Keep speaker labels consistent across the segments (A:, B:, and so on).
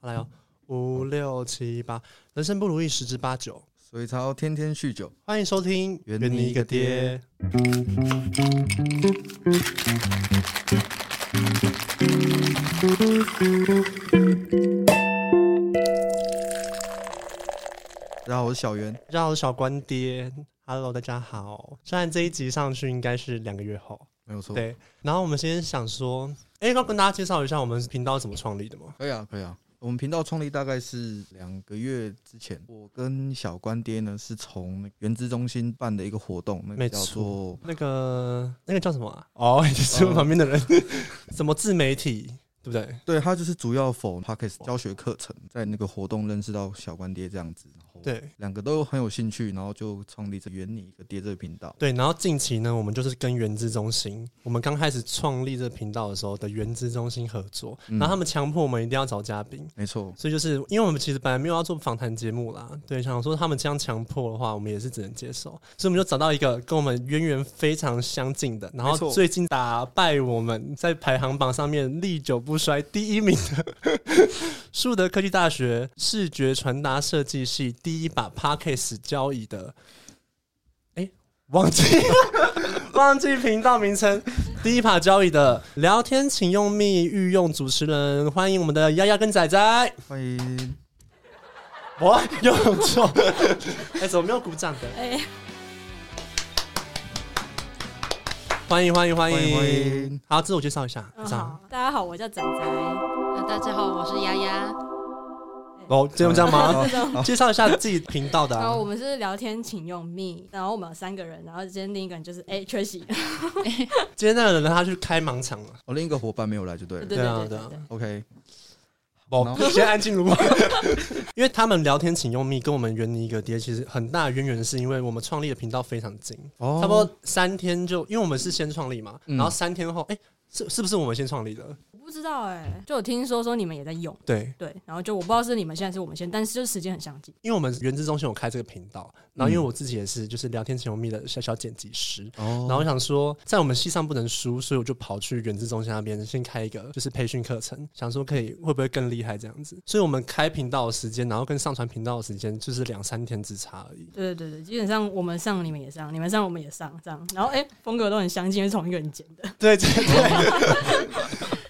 A: 好来哦，五六七八，人生不如意十之八九。
B: 水槽天天酗酒，
A: 欢迎收听《
B: 圆
A: 圆
B: 你
A: 你
B: 一
A: 一
B: 个
A: 个
B: 爹
A: 爹》。
B: 大家好，我是小袁。
A: 大家好，我是小关爹。Hello，大家好。虽然这一集上去应该是两个月后，
B: 没有错，，
A: 对。然后我们先想说，哎、要跟大家介绍一下我们频道怎么创立的吗？
B: 可以啊，可以啊。我们频道创立大概是两个月之前，我跟小关爹呢是从那个原资中心办的一个活动，那个
A: 没
B: 叫做
A: 那个那个叫什么、啊？哦，就是我旁边的人， 什么自媒体，对不对？
B: 对，他就是主要否 p o c k e t 教学课程，在那个活动认识到小关爹这样子，然后
A: 对
B: 两个都很有兴趣，然后就创立这圆你一个爹这个频道。
A: 对。然后近期呢，我们就是跟原子中心，我们刚开始创立这个频道的时候的原子中心合作，
B: 嗯
A: 然后他们强迫我们一定要找嘉宾。
B: 没错，
A: 所以就是因为我们其实本来没有要做访谈节目啦，对，想说他们这样强迫的话，我们也是只能接受，所以我们就找到一个跟我们渊源非常相近的，然
B: 没错
A: 后最近打败我们在排行榜上面历久不衰第一名的 树德科技大学视觉传达设计系第一把 Parkes 交椅的，哎、忘记 忘记频道名称，第一把交椅的聊天请用密御用主持人，欢迎我们的丫丫跟仔仔。
B: 欢迎。
A: 我又错， 哎、怎么没有鼓掌的？
C: 哎、
A: 欢迎欢迎欢
B: 欢迎欢迎
A: 迎！好，自我介绍一下，
C: 嗯
A: 这样
C: 好，大家好，我叫仔仔。
D: 啊，大家好，我是丫丫。
A: 哦，就这样吗？
B: 好
C: 这种
A: 介绍一下自己频道的
C: 然
A: 啊、
C: 后我们是聊天，请用 me。然后我们有三个人，然后今天另一个人就是哎缺席。
A: 今天那个人他去开盲场了，
B: 哦我另一个伙伴没有来就对了。
C: 对
A: 啊
C: 对
A: 对
C: 对
A: 啊
C: 对，
B: OK，
A: 哦，先安静如果， 因为他们聊天请用密跟我们圆你一个爹其实很大渊源，是因为我们创立的频道非常近，
B: 哦
A: 差不多三天就，因为我们是先创立嘛，
B: 嗯
A: 然后三天后，哎、是是不是我们先创立的？
C: 我不知道哎、就我听说说你们也在用，
A: 对，
C: 对，然后就我不知道是你们现在是我们先，但是就是时间很相近。
A: 因为我们原子中心有开这个频道，然后因为我自己也是就是聊天请用密的小小剪辑师，
B: 哦
A: 然后我想说，在我们系上不能输，所以我就跑去原子中心那边先开一个就是培训课程，想说可以会不会更厉害这样子。所以我们开频道的时间，然后跟上传频道的时间就是两三天之差而已。
C: 对对对对，基本上我们上你们也上，你们上我们也上，这样。然后哎、风格都很相近，是同一个人剪的。
A: 对对对，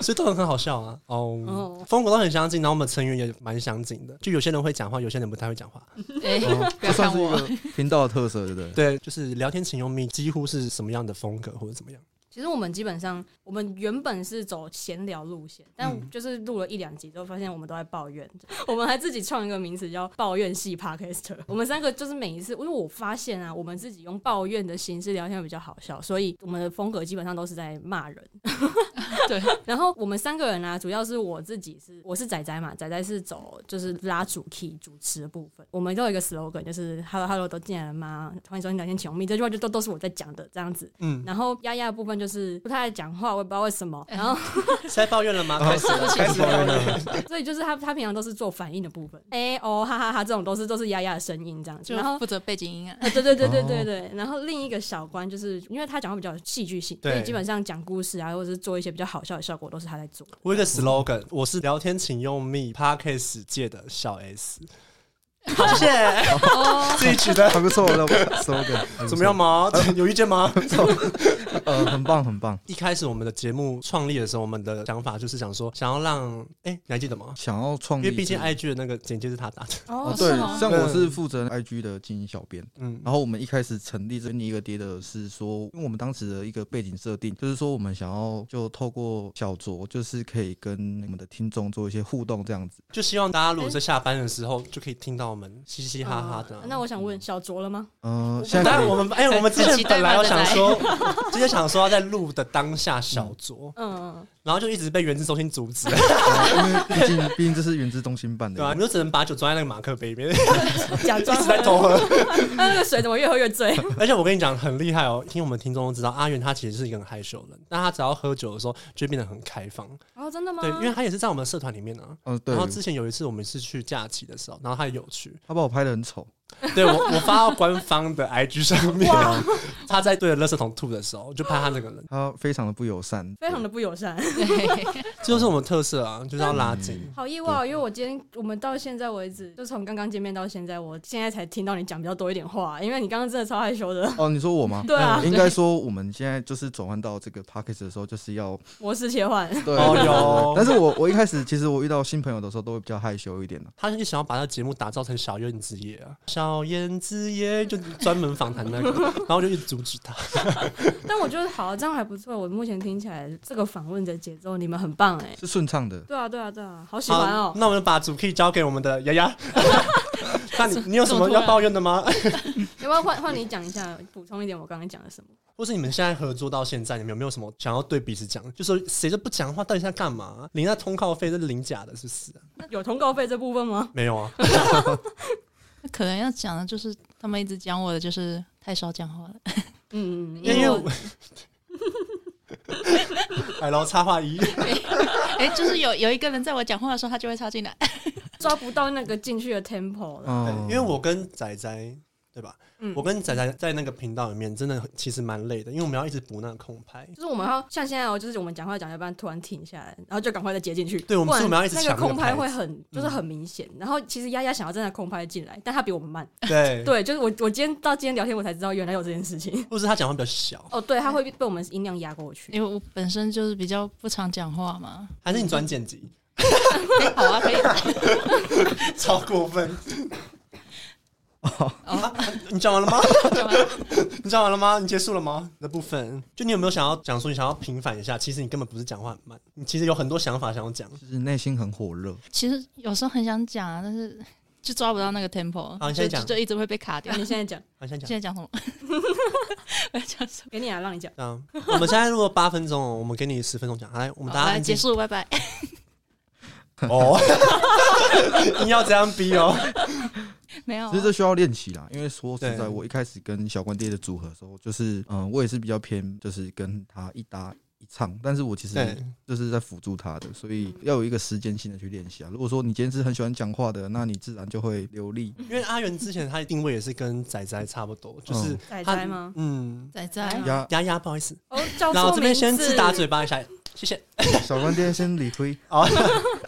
A: 所以都很很好笑啊。哦、
C: 哦
A: 风格都很相近，然后我们成员也蛮相近的，就有些人会讲话，有些人不太会讲话。
D: 哎、
B: 哦
D: 不
B: 这
D: 要
B: 算
D: 看
B: 是一
D: 我。
B: 个频道的特色，对不对？
A: 对，就是聊天请用密，几乎是什么样的风格或者怎么样。
C: 其实我们基本上，我们原本是走闲聊路线，但就是录了一两集之后，发现我们都在抱怨。 我们还自己创一个名词叫“抱怨系 Podcaster”。我们三个就是每一次，因为我发现啊，我们自己用抱怨的形式聊天比较好笑，所以我们的风格基本上都是在骂人。
D: 对，
C: 然后我们三个人啊，主要是我自己是我是仔仔嘛，仔仔是走就是拉主 key 主持的部分。我们都有一个 slogan，就是 “Hello Hello 都进来了吗？欢迎收听聊天请用密”这句话就都都是我在讲的这样子。
A: 嗯，
C: 然后丫丫的部分就是不太爱讲话，我也不知道为什么。然后，
A: 现在抱怨了吗？开始了，
B: 开始抱怨了。
C: 所以就是他他平常都是做反应的部分，哎、哦哈哈哈，这种都是都是丫丫的声音这样子。
D: 就
C: 然后，
D: 负责背景音啊。
C: 呃对对对对
A: 哦
C: 对对。然后另一个小关就是因为他讲话比较有戏剧性，所
A: 对
C: 以基本上讲故事啊，或者是做一些比较好笑的效果，都是他在做。
A: 我有一个 slogan，我是聊天请用密 Parkes 界的小 S。好，谢谢。
D: 哦，
A: 自己取的
B: 还不错的 slogan，还不错
A: 怎么样？吗？有意见吗？
B: 呃，很棒，很棒。
A: 一开始我们的节目创立的时候，我们的想法就是想说，想要让哎、你还记得吗？
B: 想要创
A: 因
B: 立，
A: 为毕竟 IG 的那个简介是他打的，
B: 哦，
D: 是
B: 对
D: 吗，
B: 像我是负责 IG 的经营小编。
A: 嗯，
B: 然后我们一开始成立这尼个爹的是说，因为我们当时的一个背景设定，就是说我们想要就透过小酌，就是可以跟我们的听众做一些互动这样子。
A: 就希望大家如果在下班的时候就可以听到我们嘻嘻哈哈的
C: 哦。那我想问，小卓了吗？
B: 嗯、现
A: 当
B: 在可
A: 然
B: 以
A: 我们哎、我们之
D: 很
A: 前
D: 期待
A: 本来
D: 吗
A: 要
D: 仔仔
A: 想说，之前想说要在录的当下小酌，
C: 嗯，
A: 然后就一直被原子中心阻止，
B: 呃因为毕竟毕竟这是原子中心办
A: 对吧、我啊
B: 的，
A: 们就只能把酒装在那个马克杯里面，
C: 假 装
A: 一直在偷喝。
C: 那那个水怎么越喝越醉？
A: 而且我跟你讲很厉害哦，听我们听众都知道，阿元他其实是一个很害羞的人，但他只要喝酒的时候就会变得很开放。
C: 哦，真的吗？
A: 对，因为他也是在我们的社团里面啊。
B: 嗯、
A: 然后
B: 对，
A: 之前有一次我们是去假期的时候，然后他也有去，
B: 他把我拍的很丑，
A: 对我我发到官方的 IG 上面，他在对着垃圾桶吐的时候，就拍他那个人，
B: 他非常的不友善，
C: 非常的不友善，
D: 对，
A: 这就是我们特色啊，就是要拉近。
C: 好意外哦，因为我今天我们到现在为止，就从刚刚见面到现在，我现在才听到你讲比较多一点话，因为你刚刚真的超害羞的，
B: 哦，你说我吗？
C: 对啊，
B: 应该说我们现在就是转换到这个 p a c k a g e 的时候，就是要
C: 模式切换，
B: 对
A: 哦哟
B: 但是我我一开始其实我遇到新朋友的时候都会比较害羞一点的、啊
A: 他就想要把他节目打造成小燕子夜啊，小燕子夜就专门访谈那个，然后我就一直阻止他。
C: 但我觉得好，这样还不错。我目前听起来这个访问的节奏，你们很棒哎、
B: 是顺畅的。
C: 对啊，对啊，对啊，好喜
A: 好，
C: 欢哦、
A: 那我们把主 key 交给我们的丫丫。那你你有什么要抱怨的吗？
C: 要不要换换你讲一下，补充一点我刚刚讲的什么？
A: 或是你们现在合作到现在，你们有没有什么想要对彼此讲？就说谁就不讲话，到底在干嘛？领那通告费是领假的，是不是？
C: 有通告费这部分吗？
A: 没有啊，
D: 那可能要讲的就是他们一直讲我的就是太少讲话了，
C: 嗯，
A: 因
D: 因
A: 为
D: 为
A: 我
D: 我
A: 海楼插画一，
D: 哎、就是有有一个人在我讲话的时候，他就会插进来，
C: 抓不到那个进去的 tempo 了。
A: 对
B: 哦
A: 因为我跟仔仔对吧？
C: 嗯
A: 啊我跟仔仔在那个频道里面真的其实蛮累的，因为我们要一直补那个空拍。
C: 就是我们要像现在哦，就是我们讲话讲到一半突然停下来，然后就赶快再接进去。
A: 对我们
C: 不然
A: 所以我们要一直
C: 那
A: 抢
C: 个
A: 那个
C: 空拍
A: 拍
C: 会
A: 子嗯
C: 很就是很明显。然后其实丫丫想要真的空拍进来，但她比我们慢。
A: 对，
C: 对，就是我我今天到今天聊天我才知道原来有这件事 情。
A: 或是他讲话比较小，
C: 哦，对，她会被我们音量压过去。
D: 因为我本身就是比较不常讲话嘛。
A: 还是你转剪辑？
D: 哎、好啊，可以。
A: 超过 分！啊
D: 哦，
A: 你讲完 了吗？
D: 讲完了
A: 你讲完了吗？你结束了吗？的部分，就你有没有想要讲说你想要平反一下？其实你根本不是讲话很慢，你其实有很多想法想要讲。
B: 就是内心很火热，
C: 哦
D: 其实有时候很想讲啊，但是就抓不到那个 tempo，
A: 好你
D: 就
A: 先讲
D: 就就一直会被卡掉
C: 那。你现在讲，
A: 好，先讲
D: 现。在 讲什么？我要讲什么？
C: 给你啊，让你讲。
A: 这样，我们现在如果八分钟哦，我们给你十分钟讲。好来，我们
D: 好
A: 大家
D: 来
A: 安
D: 结
A: 静
D: 束，拜 拜。
A: 哦， 你要这样逼哦。
D: 没有啊
B: 其实这需要练习啦。因为说实
A: 对
B: 在，我一开始跟小关爹的组合的时候，就是嗯、呃我也是比较偏，就是跟他一搭一唱，但是我其实
A: 对，
B: 就是在辅助他的，所以要有一个时间性的去练习啊。如果说你今天是很喜欢讲话的，那你自然就会流利。
A: 因为阿元之前他的定位也是跟仔仔差不多，就是
C: 仔
A: 他
C: 仔吗？
A: 嗯，
D: 仔仔
C: 嗯
B: 哎呀，
A: 丫丫不好意思，
C: 哦，叫
A: 然后
C: 错
A: 这边先
C: 名字
A: 自打嘴巴一下，谢谢。
B: 小关爹先理亏，
A: 哦，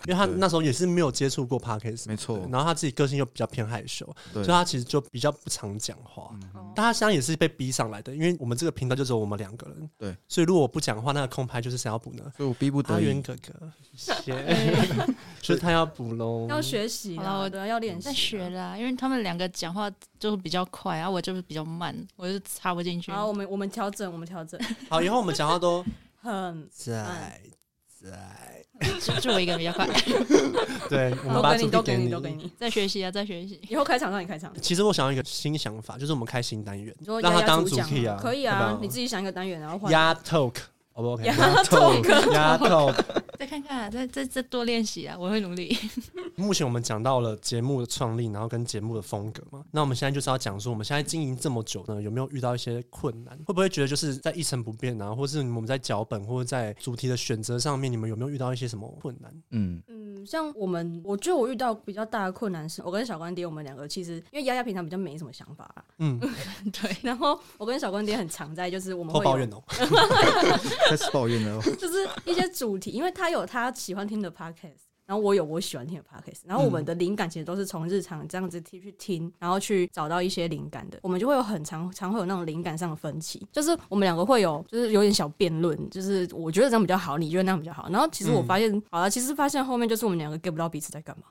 A: 因为他那时候也是没有接触过 podcast，
B: 没错
A: 对然后他自己个性又比较偏害羞，
B: 对
A: 所
B: 嗯
A: 以，他其实就比较不常讲话。
C: 哦
A: 但他实际上也是被逼上来的，因为我们这个频道就只有我们两个人，
B: 对，
A: 所以如果我不讲话，那个空拍就是谁要补呢？
B: 所以我逼不
A: 阿
B: 得
A: 元
B: 已。
A: 哥哥， 谢
D: 哎
A: 谢，所以他要补喽，
C: 要学习啦，
D: 好啦我
C: 对啊，要练习
D: 在。学啦、因为他们两个讲话就是比较快，然、后我就是比较慢，我就插不
A: 嗯
D: 进去。
C: 好，我们我们调整，我们调整，
A: 好，以后我们讲话都
C: 很
A: 仔仔，
D: 就 就我一个人比较快，
B: 嗯
A: 对，我们
C: 都
A: 把
C: 给
A: 主
C: 你，
A: 题
C: 都给你，都给
A: 你。
C: 你。
D: 在学习啊，在学习。
C: 以后开场让你开场，
A: 其实我想要一个新想法，就是我们开新单元
C: 你，说
A: 让他
C: 丫丫
A: 当
C: 主
A: 主
C: 讲
A: key 啊，
C: 可以
A: 要
C: 啊，
A: 不要
C: 你自己想一个单元，然后换。
A: 压 talk。O 不 OK？
C: 丫
A: 压
C: talk
A: 压 talk。
D: 再看看、啊，再再再多练习啊，我会努力。
A: 目前我们讲到了节目的创立，然后跟节目的风格嘛，那我们现在就是要讲说，我们现在经营这么久呢，有没有遇到一些困难？会不会觉得就是在一成不变啊，或是我们在脚本或者在主题的选择上面，你们有没有遇到一些什么困难？
B: 嗯，
C: 嗯，像我们，我觉得我遇到比较大的困难是，我跟小关爹我们两个其实，因为丫丫平常比较没什么想法啊、
A: 嗯，
D: 对，
C: 然后我跟小关爹很常在，就是我们
A: 好
C: 会
A: 抱怨
C: 有
A: 哦。
B: 开始抱怨了哦。
C: 就是一些主题，因为他有他喜欢听的 podcast，然后我有我喜欢听的 podcast，然后我们的灵感其实都是从日常这样子听去听，然后去找到一些灵感的。我们就会有很常常会有那种灵感上的分歧，就是我们两个会有就是有点小辩论，就是我觉得这样比较好，你觉得那样比较好。然后其实我发现，好了，其实发现后面就是我们两个 get 不到彼此在干嘛。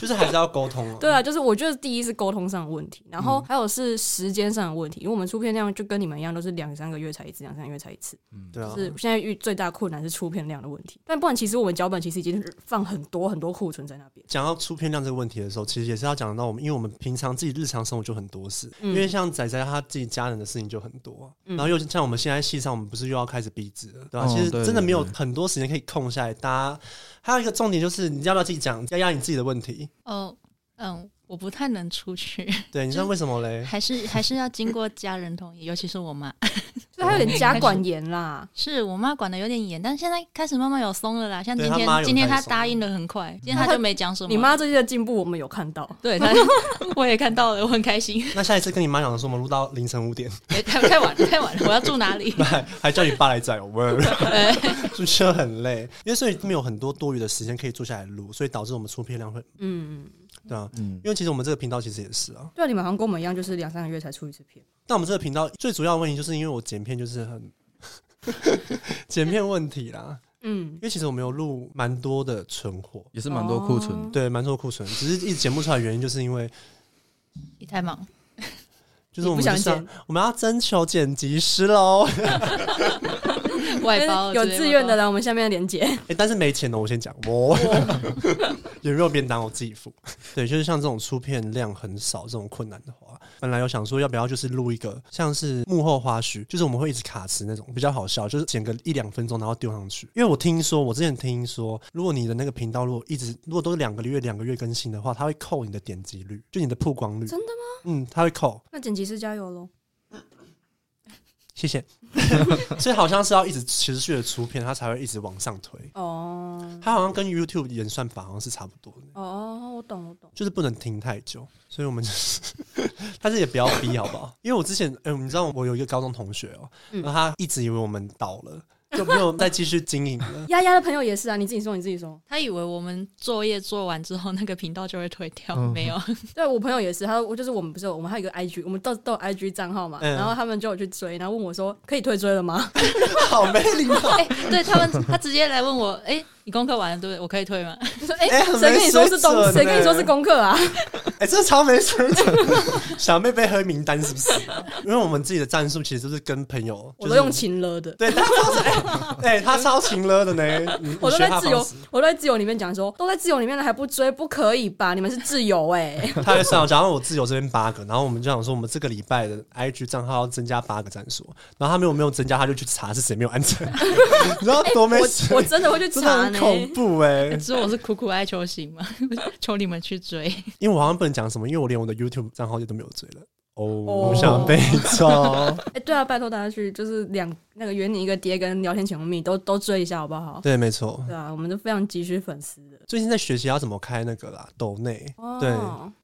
A: 就是还是要沟通哦。
C: 对啊，就是我觉得第一是沟通上的问题，然后还有是时间上的问题，因为我们出片量就跟你们一样，都是两三个月才一次，两三个月才一次。
A: 对啊，
C: 是现在遇最大困难是出片量的问题，但不然其实我们脚本其实已经放很多很多库存在那边。
A: 讲到出片量这个问题的时候，其实也是要讲到我们，因为我们平常自己日常生活就很多事，
C: 嗯
A: 因为像仔仔他自己家人的事情就很多啊、
C: 嗯
A: 然后又像我们现在戏上，我们不是又要开始逼制了，对吧、
B: 哦
A: 其实
B: 对
A: 真的没有
B: 对对
A: 很多时间可以空下来。大家还有一个重点就是，你要不要自己讲，要压你自己的问 题？
D: 哦，嗯，我不太能出去，
A: 对，你知道为什么嘞？
D: 还是还是要经过家人同意，尤其是我妈。
C: 就是他有点家管严啦。
D: 是我妈管的有点严，但现在开始慢慢有松了啦。像今
A: 对
D: 天
A: 她妈，有
D: 今天
A: 开
D: 她
A: 松
D: 答应的很快，今天
C: 那
D: 她
C: 她
D: 就没讲什么。
C: 你妈最近的进步我们有看到，
D: 对 她，我也看到了，我很开 心。
A: 那下一次跟你妈讲说，我们录到凌晨五点，
D: 哎太太晚了，太晚了，我要住哪 里？
A: 还还叫你爸来载我，喂
D: 对，
A: 是不是很累？因为所以没有很多多余的时间可以坐下来录，所以导致我们出片量会
C: 嗯，
A: 对啊。
B: 嗯
A: 因为其实我们这个频道其实也是啊，
C: 对啊，你们好像跟我们一样，就是两三个月才出一次片。
A: 但我们这个频道最主要的问题就是因为我剪片就是很 剪片问题啦，
C: 嗯
A: 因，为其实我们有录蛮多的存货，
B: 也是蛮多库存的。
C: 哦
A: 对，蛮多库存，只是一直剪不出来，原因就是因为
D: 你太忙，
A: 就是我
C: 你不
A: 们
C: 想
A: 就是要
C: 剪
A: 我们要征求剪辑师喽，
D: 外包
C: 有
D: 之类
C: 自愿的
D: 外包
C: 来我们下面的连接。
A: 欸但是没钱的我先讲，我有没有便当我自己付。对，就是像这种出片量很少这种困难的话，本来有想说要不要就是录一个像是幕后花絮，就是我们会一直卡词那种比较好笑，就是剪个一两分钟然后丢上去。因为我听说，我之前听说，如果你的那个频道如果一直如果都是两个月两个月更新的话，它会扣你的点击率，就你的曝光率。
C: 真的
A: 吗？嗯，它会扣。
C: 那剪辑师加油喽！
A: 谢 谢。所以好像是要一直持续的出片，它才会一直往上推。
C: 哦
A: 它好像跟 YouTube 演算法好像是差不多的。
C: 哦，我懂我懂。
A: 就是不能停太久，所以我们就是， 但是也不要逼好不好？因为我之前，哎、你知道我有一个高中同学哦、
C: 嗯。
A: 然后他一直以为我们倒了，就没有再继续经营了
C: 丫丫的朋友也是啊，你自己说你自己说。
D: 她以为我们作业做完之后，那个频道就会退掉，
B: 嗯
D: 没有，
C: 对我朋友也是，他说我就是我们不是有我们还有一个 IG，我们都都有 IG 账号嘛，
A: 嗯
C: 然后他们就有去追，然后问我说可以退追了吗？
A: 好没礼貌，
D: 哎、对他们，他直接来 问我，哎、你功课完了对不对？我可以退吗？
C: 就说哎，
A: 哎很
C: 谁、跟
A: 没
C: 你说
A: 水
C: 是东，
A: 准
C: 谁跟你说是
A: 欸
C: 功课啊？
A: 哎、这超没水准。小妹被黑名单是不是？因为我们自己的战术其实就是跟朋友，
C: 我
A: 就是、
C: 都用情了的，
A: 对，他超哎、哎他超勤了的呢。你你
C: 我都
A: 学
C: 在
A: 他
C: 自
A: 方
C: 由
A: 式，，
C: 我都在自由里面讲说，都在自由里面了还不追，不可以吧？你们是自由哎、
A: 他在上，假如我自由这边八个，然后我们就想说，我们这个礼拜的 IG 账号要增加八个赞数，然后他没有没有增加，他就去查是谁没有按 赞，你知道多没水
C: 哎我我真的会 去
A: 真的
C: 查
A: 很
C: 呢、
A: 恐怖哎、
D: 只是我是苦苦哀求型嘛，求你们去追。
A: 因为我好像不能讲什么，因为我连我的 YouTube 账号也都没有追了。哦、
C: 哦
A: 我想被 抓。
C: 哎、对啊，拜托大家去，就是两那个圆你一个爹跟聊天请红蜜都都追一下好不好？
A: 对，没错。
C: 对啊，我们都非常急需粉丝的。
A: 最近在学习要怎么开那个啦，抖内。
C: 哦
A: 对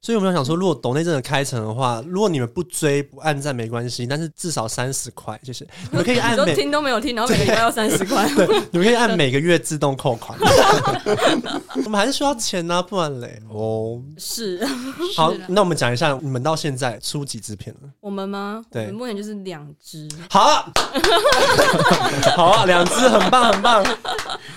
A: 所以我们想说，如果抖内真的开成的话，如果你们不追不按赞没关系，但是至少三十块，就是你们可以按
C: 你都
A: 每
C: 听都没有听，然后每个礼拜要三十块，
A: 你们可以按每个月自动扣款，我们还是需要钱呐、不然嘞哦。
C: 是
A: 好
D: 是啦，
A: 那我们讲一下，你们到现在出几支片了？
C: 我们吗？
A: 对
C: 我们目前就是两只，
A: 好啊， 好啊，两支很棒，很棒。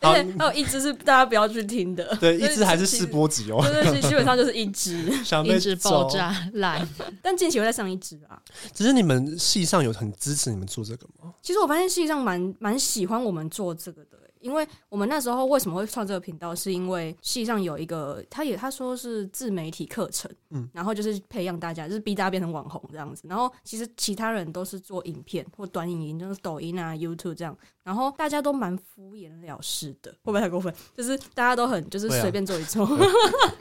A: 好
C: 而且还有一只是大家不要去听的，
A: 对，
C: 就
A: 一支还是
C: 其
A: 试，播集 哦
C: 就，是基本上就是一只，
A: 想被
D: 一直爆炸烂，
C: 但近期会再上一只啊。
A: 只是你们系上有很支持你们做这个吗？
C: 其实我发现系上蛮蛮喜欢我们做这个的、欸因为我们那时候为什么会创这个频道，是因为系上有一个，他也他说是自媒体课程，
A: 嗯
C: 嗯，然后就是培养大家，就是逼大家变成网红这样子。然后其实其他人都是做影片或短影音，就是抖音啊、YouTube 这样，然后大家都蛮敷衍了事的，会不会太过分？就是大家都很就是
A: 会啊
C: 随便做一做，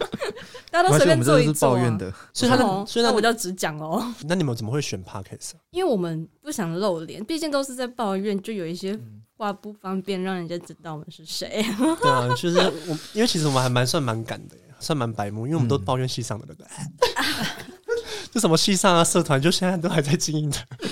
C: 大家
B: 没
C: 都
B: 关系，
C: 随
B: 我
C: 便
B: 们
C: 做
B: 这
C: 一
B: 是
C: 做、
B: 抱怨
C: 啊。
B: 的。
A: 所以他
C: 哦
A: 的，所以
C: 那
A: 他
C: 我
A: 的，
C: 就只讲哦。
A: 那你们怎么会选 podcast？啊
C: 因为我们不想露脸，毕竟都是在抱怨，就有一些话不方便让人家知道我们是谁。
A: 对啊，就是我，因为其实我们还蛮算蛮敢的耶，算蛮白目，因为我们都
B: 嗯
A: 抱怨系上的人。 这什么系上啊，社团就现在都还在经营的，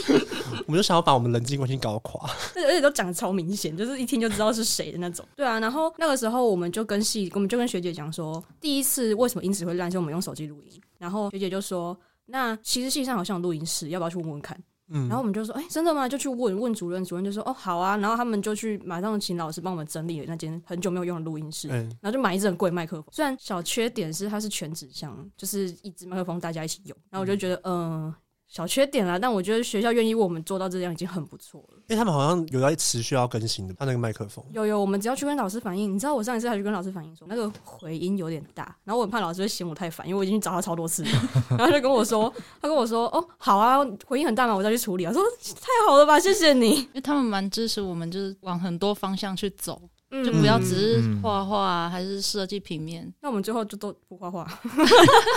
A: 我们就想要把我们人际关系搞垮。
C: 而且都讲的超明显，就是一听就知道是谁的那种。对啊，然后那个时候我们就跟系，我们就跟学姐讲说，第一次为什么音质会烂，是我们用手机录音。然后学姐就说，那其实系上好像有录音室，要不要去问问看？
A: 嗯，
C: 然后我们就说，哎、真的吗？就去问问主任，主任就说，哦，好啊。然后他们就去马上请老师帮我们整理了那间很久没有用的录音室。
A: 嗯，
C: 然后就买一支很贵的麦克风。虽然小缺点是它是全指向，就是一支麦克风大家一起用。然后我就觉得，嗯、小缺点啦。但我觉得学校愿意为我们做到这样已经很不错了。
A: 因为他们好像有在持续要更新的，他那个麦克风。
C: 有有，我们只要去跟老师反映。你知道我上一次还去跟老师反映说，那个回音有点大，然后我很怕老师会嫌我太烦，因为我已经找他超多次了。然后他就跟我说，他跟我说，哦，好啊，回音很大嘛，我再去处理啊。我说太好了吧，谢谢你。
D: 因为他们蛮支持我们，就是往很多方向去走。
C: 嗯
D: 就不要只是画画啊、还是设计平面，
C: 那我们最后就都不画画，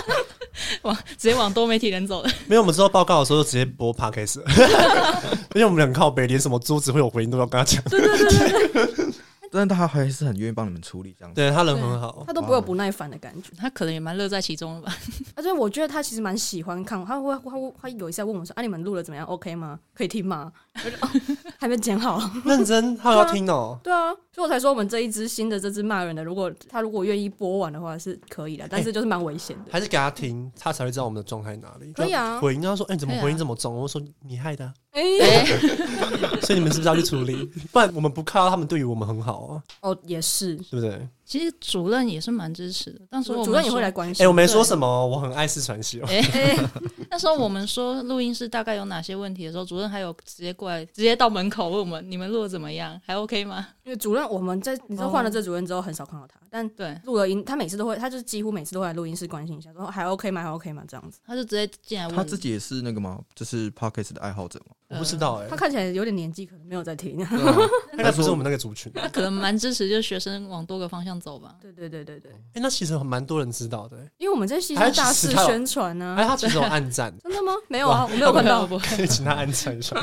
D: 往直接往多媒体人走了。
A: 没有，我们之后报告的时候就直接播 podcast，因 为我们俩很靠北，连什么桌子会有回音都要跟他讲。
B: 但他还是很愿意帮你们处理这样 子。
A: 对他人很好，
C: 他都不会有不耐烦的感觉。
D: 他可能也蛮乐在其中了吧？
C: 而且啊我觉得他其实蛮喜欢看我，他会他会他有一次还问我说：“啊，你们录的怎么样？OK 吗？可以听吗？” 我就、哦、还没剪好。
A: 认真，他有要听哦、
C: 对啊，所以我才说我们这一支新的这支骂人的，如果他如果愿意播完的话是可以的，但是就是蛮危险的。
A: 还是给他听，他才会知道我们的状态哪里。
C: 可以啊
A: 回应他说：“哎、你怎么
D: 可以啊
A: 回应这么重？”我说：“你害的啊、
C: 哎、
D: 对，
A: 所以你们是不是要去处理？ 不然我们不靠他们对于我们很好啊，
C: 哦，也是，
A: 对不对？”哎、
D: 其实主任也是蛮支持的。当时我们
C: 主任也会
D: 说
C: 来关心。
A: 我没说什么哦，我很爱四传奇哦。
D: 哎、那时候我们说录音室大概有哪些问题的时候，主任还有直接过来，直接到门口问我们：“你们录的怎么样？还 OK 吗
C: 因为主任，我们在你知道换
D: 哦
C: 了这主任之后，很少看到他，但？”
D: 对，
C: 录了音，他每次都会，他就是几乎每次都会来录音室关心一下，说还 OK 吗？还 OK 吗？这样子。
D: 他就直接进来问
B: 他自己也是那个嘛，就是 Pockets 的爱好者 嘛。
A: 我不知道哎、
C: 嗯他看起来有点年纪，可能没有在听。
B: 对啊
A: 他应该不是我们那个族群。哎
D: 他可能蛮支持，就是学生往多个方向走吧。
C: 对对对对对，
A: 哎、那其实蛮多人知道的、欸，
C: 因为我们在戏剧大肆宣传啊呢、，
A: 哎、他其实有暗赞
C: 真的吗？没有 啊，我没有看到。
D: 不会，
A: 可以请他暗赞一 下。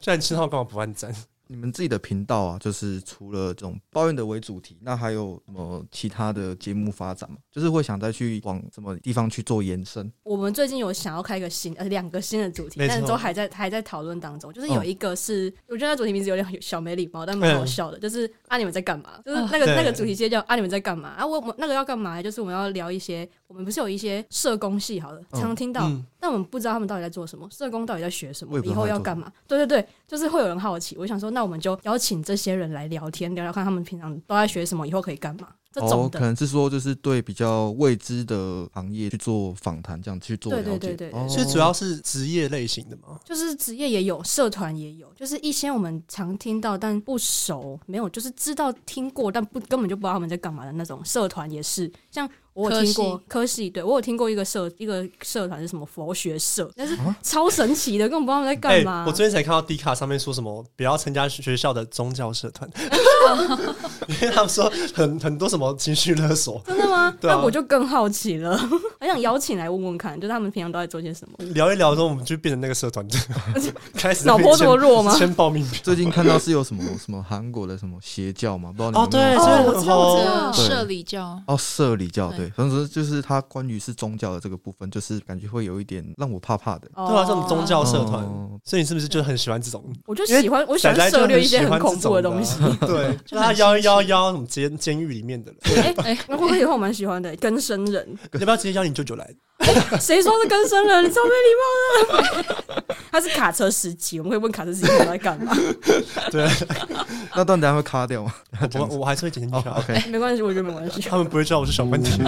A: 既然七号干嘛不暗赞？
B: 你们自己的频道啊，就是除了这种抱怨的为主题，那还有什么其他的节目发展嘛？就是会想再去往什么地方去做延伸？
C: 我们最近有想要开一个新呃两个新的主题
A: 没，错
C: 但是都还在还在讨论当中。就是有一个是，我觉得那主题名字有点小没礼貌，但蛮好笑的。就是啊你们在干嘛？就是那个、
A: 对
C: 那个主题直接叫啊你们在干嘛？啊我我那个要干嘛？就是我们要聊一些，我们不是有一些社工系好了，
B: 嗯
C: 常听到，
A: 嗯，
C: 但我们不知道他们到底在做什么，社工到底在学什
B: 我
C: 么，
B: 也不
C: 以
B: 知道他
C: 后
B: 在
C: 要
B: 做
C: 干嘛？对对对，就是会有人好奇。我想说，那我们就邀请这些人来聊天，聊聊看他们平常都在学什么，以后可以干嘛这种
B: 哦，
C: 的。
B: 可能是说就是对比较未知的行业去做访谈，这样去做了
C: 对
B: 解。
C: 对对对对
B: 哦
A: 所以主要是职业类型的嘛。
C: 就是职业也有，社团也有，就是一些我们常听到但不熟，没有就是知道听过但不根本就不知道他们在干嘛的那种社团也是，像我有听过
D: 科系
C: 科系，对我有听过一个社一个社团是什么佛学社，但是
B: 啊
C: 超神奇的，根本不知道他们在干嘛。
A: 哎我最近才看到 D 卡上面说什么不要参加学校的宗教社 团，因为他们说很很多什么情绪勒索，
C: 真的吗？
A: 对啊
C: 那我就更好奇了，很想邀请来问问看，就是他们平常都在做些什么。
A: 聊一聊之后我们就变成那个社团， 开始
C: 脑波这么弱吗
A: 先报名表。
B: 最近看到是有什么什么韩国的什么邪教嘛？不知道你们
A: 哦，
B: 有没
A: 对，
B: 有
A: 所以
C: 哦我知道我知道
D: 呃
B: 对
D: 社里教
B: 哦，社里教对
D: 对，
B: 反正就是它关于是宗教的这个部分，就是感觉会有一点让我怕怕的。
C: 对
A: 对啊，这种宗教社团，
B: 哦
A: 所以你是不是就很喜欢这种？
C: 我就喜欢，我喜
A: 仔仔
C: 欢
A: 就
C: 涉猎一些
A: 喜
C: 很
A: 欢
C: 恐怖
A: 这
C: 的
A: 种
C: 东西。
A: 啊对，就他幺幺幺什么监监狱里面的人，
C: 哎哎，那会不会以后我蛮喜欢的更生人？
A: 要不要直接邀你舅舅来？
C: 谁说是更生人？你超没礼貌的。 他是卡车司机，我们可以问卡车司机他在干嘛？
B: 那段等下会卡掉吗？
A: 我我还是会剪进
B: 哦
A: 去啊，
B: ，OK，
C: 没关系，我觉得没关系。
A: 他们不会知道我是小问题。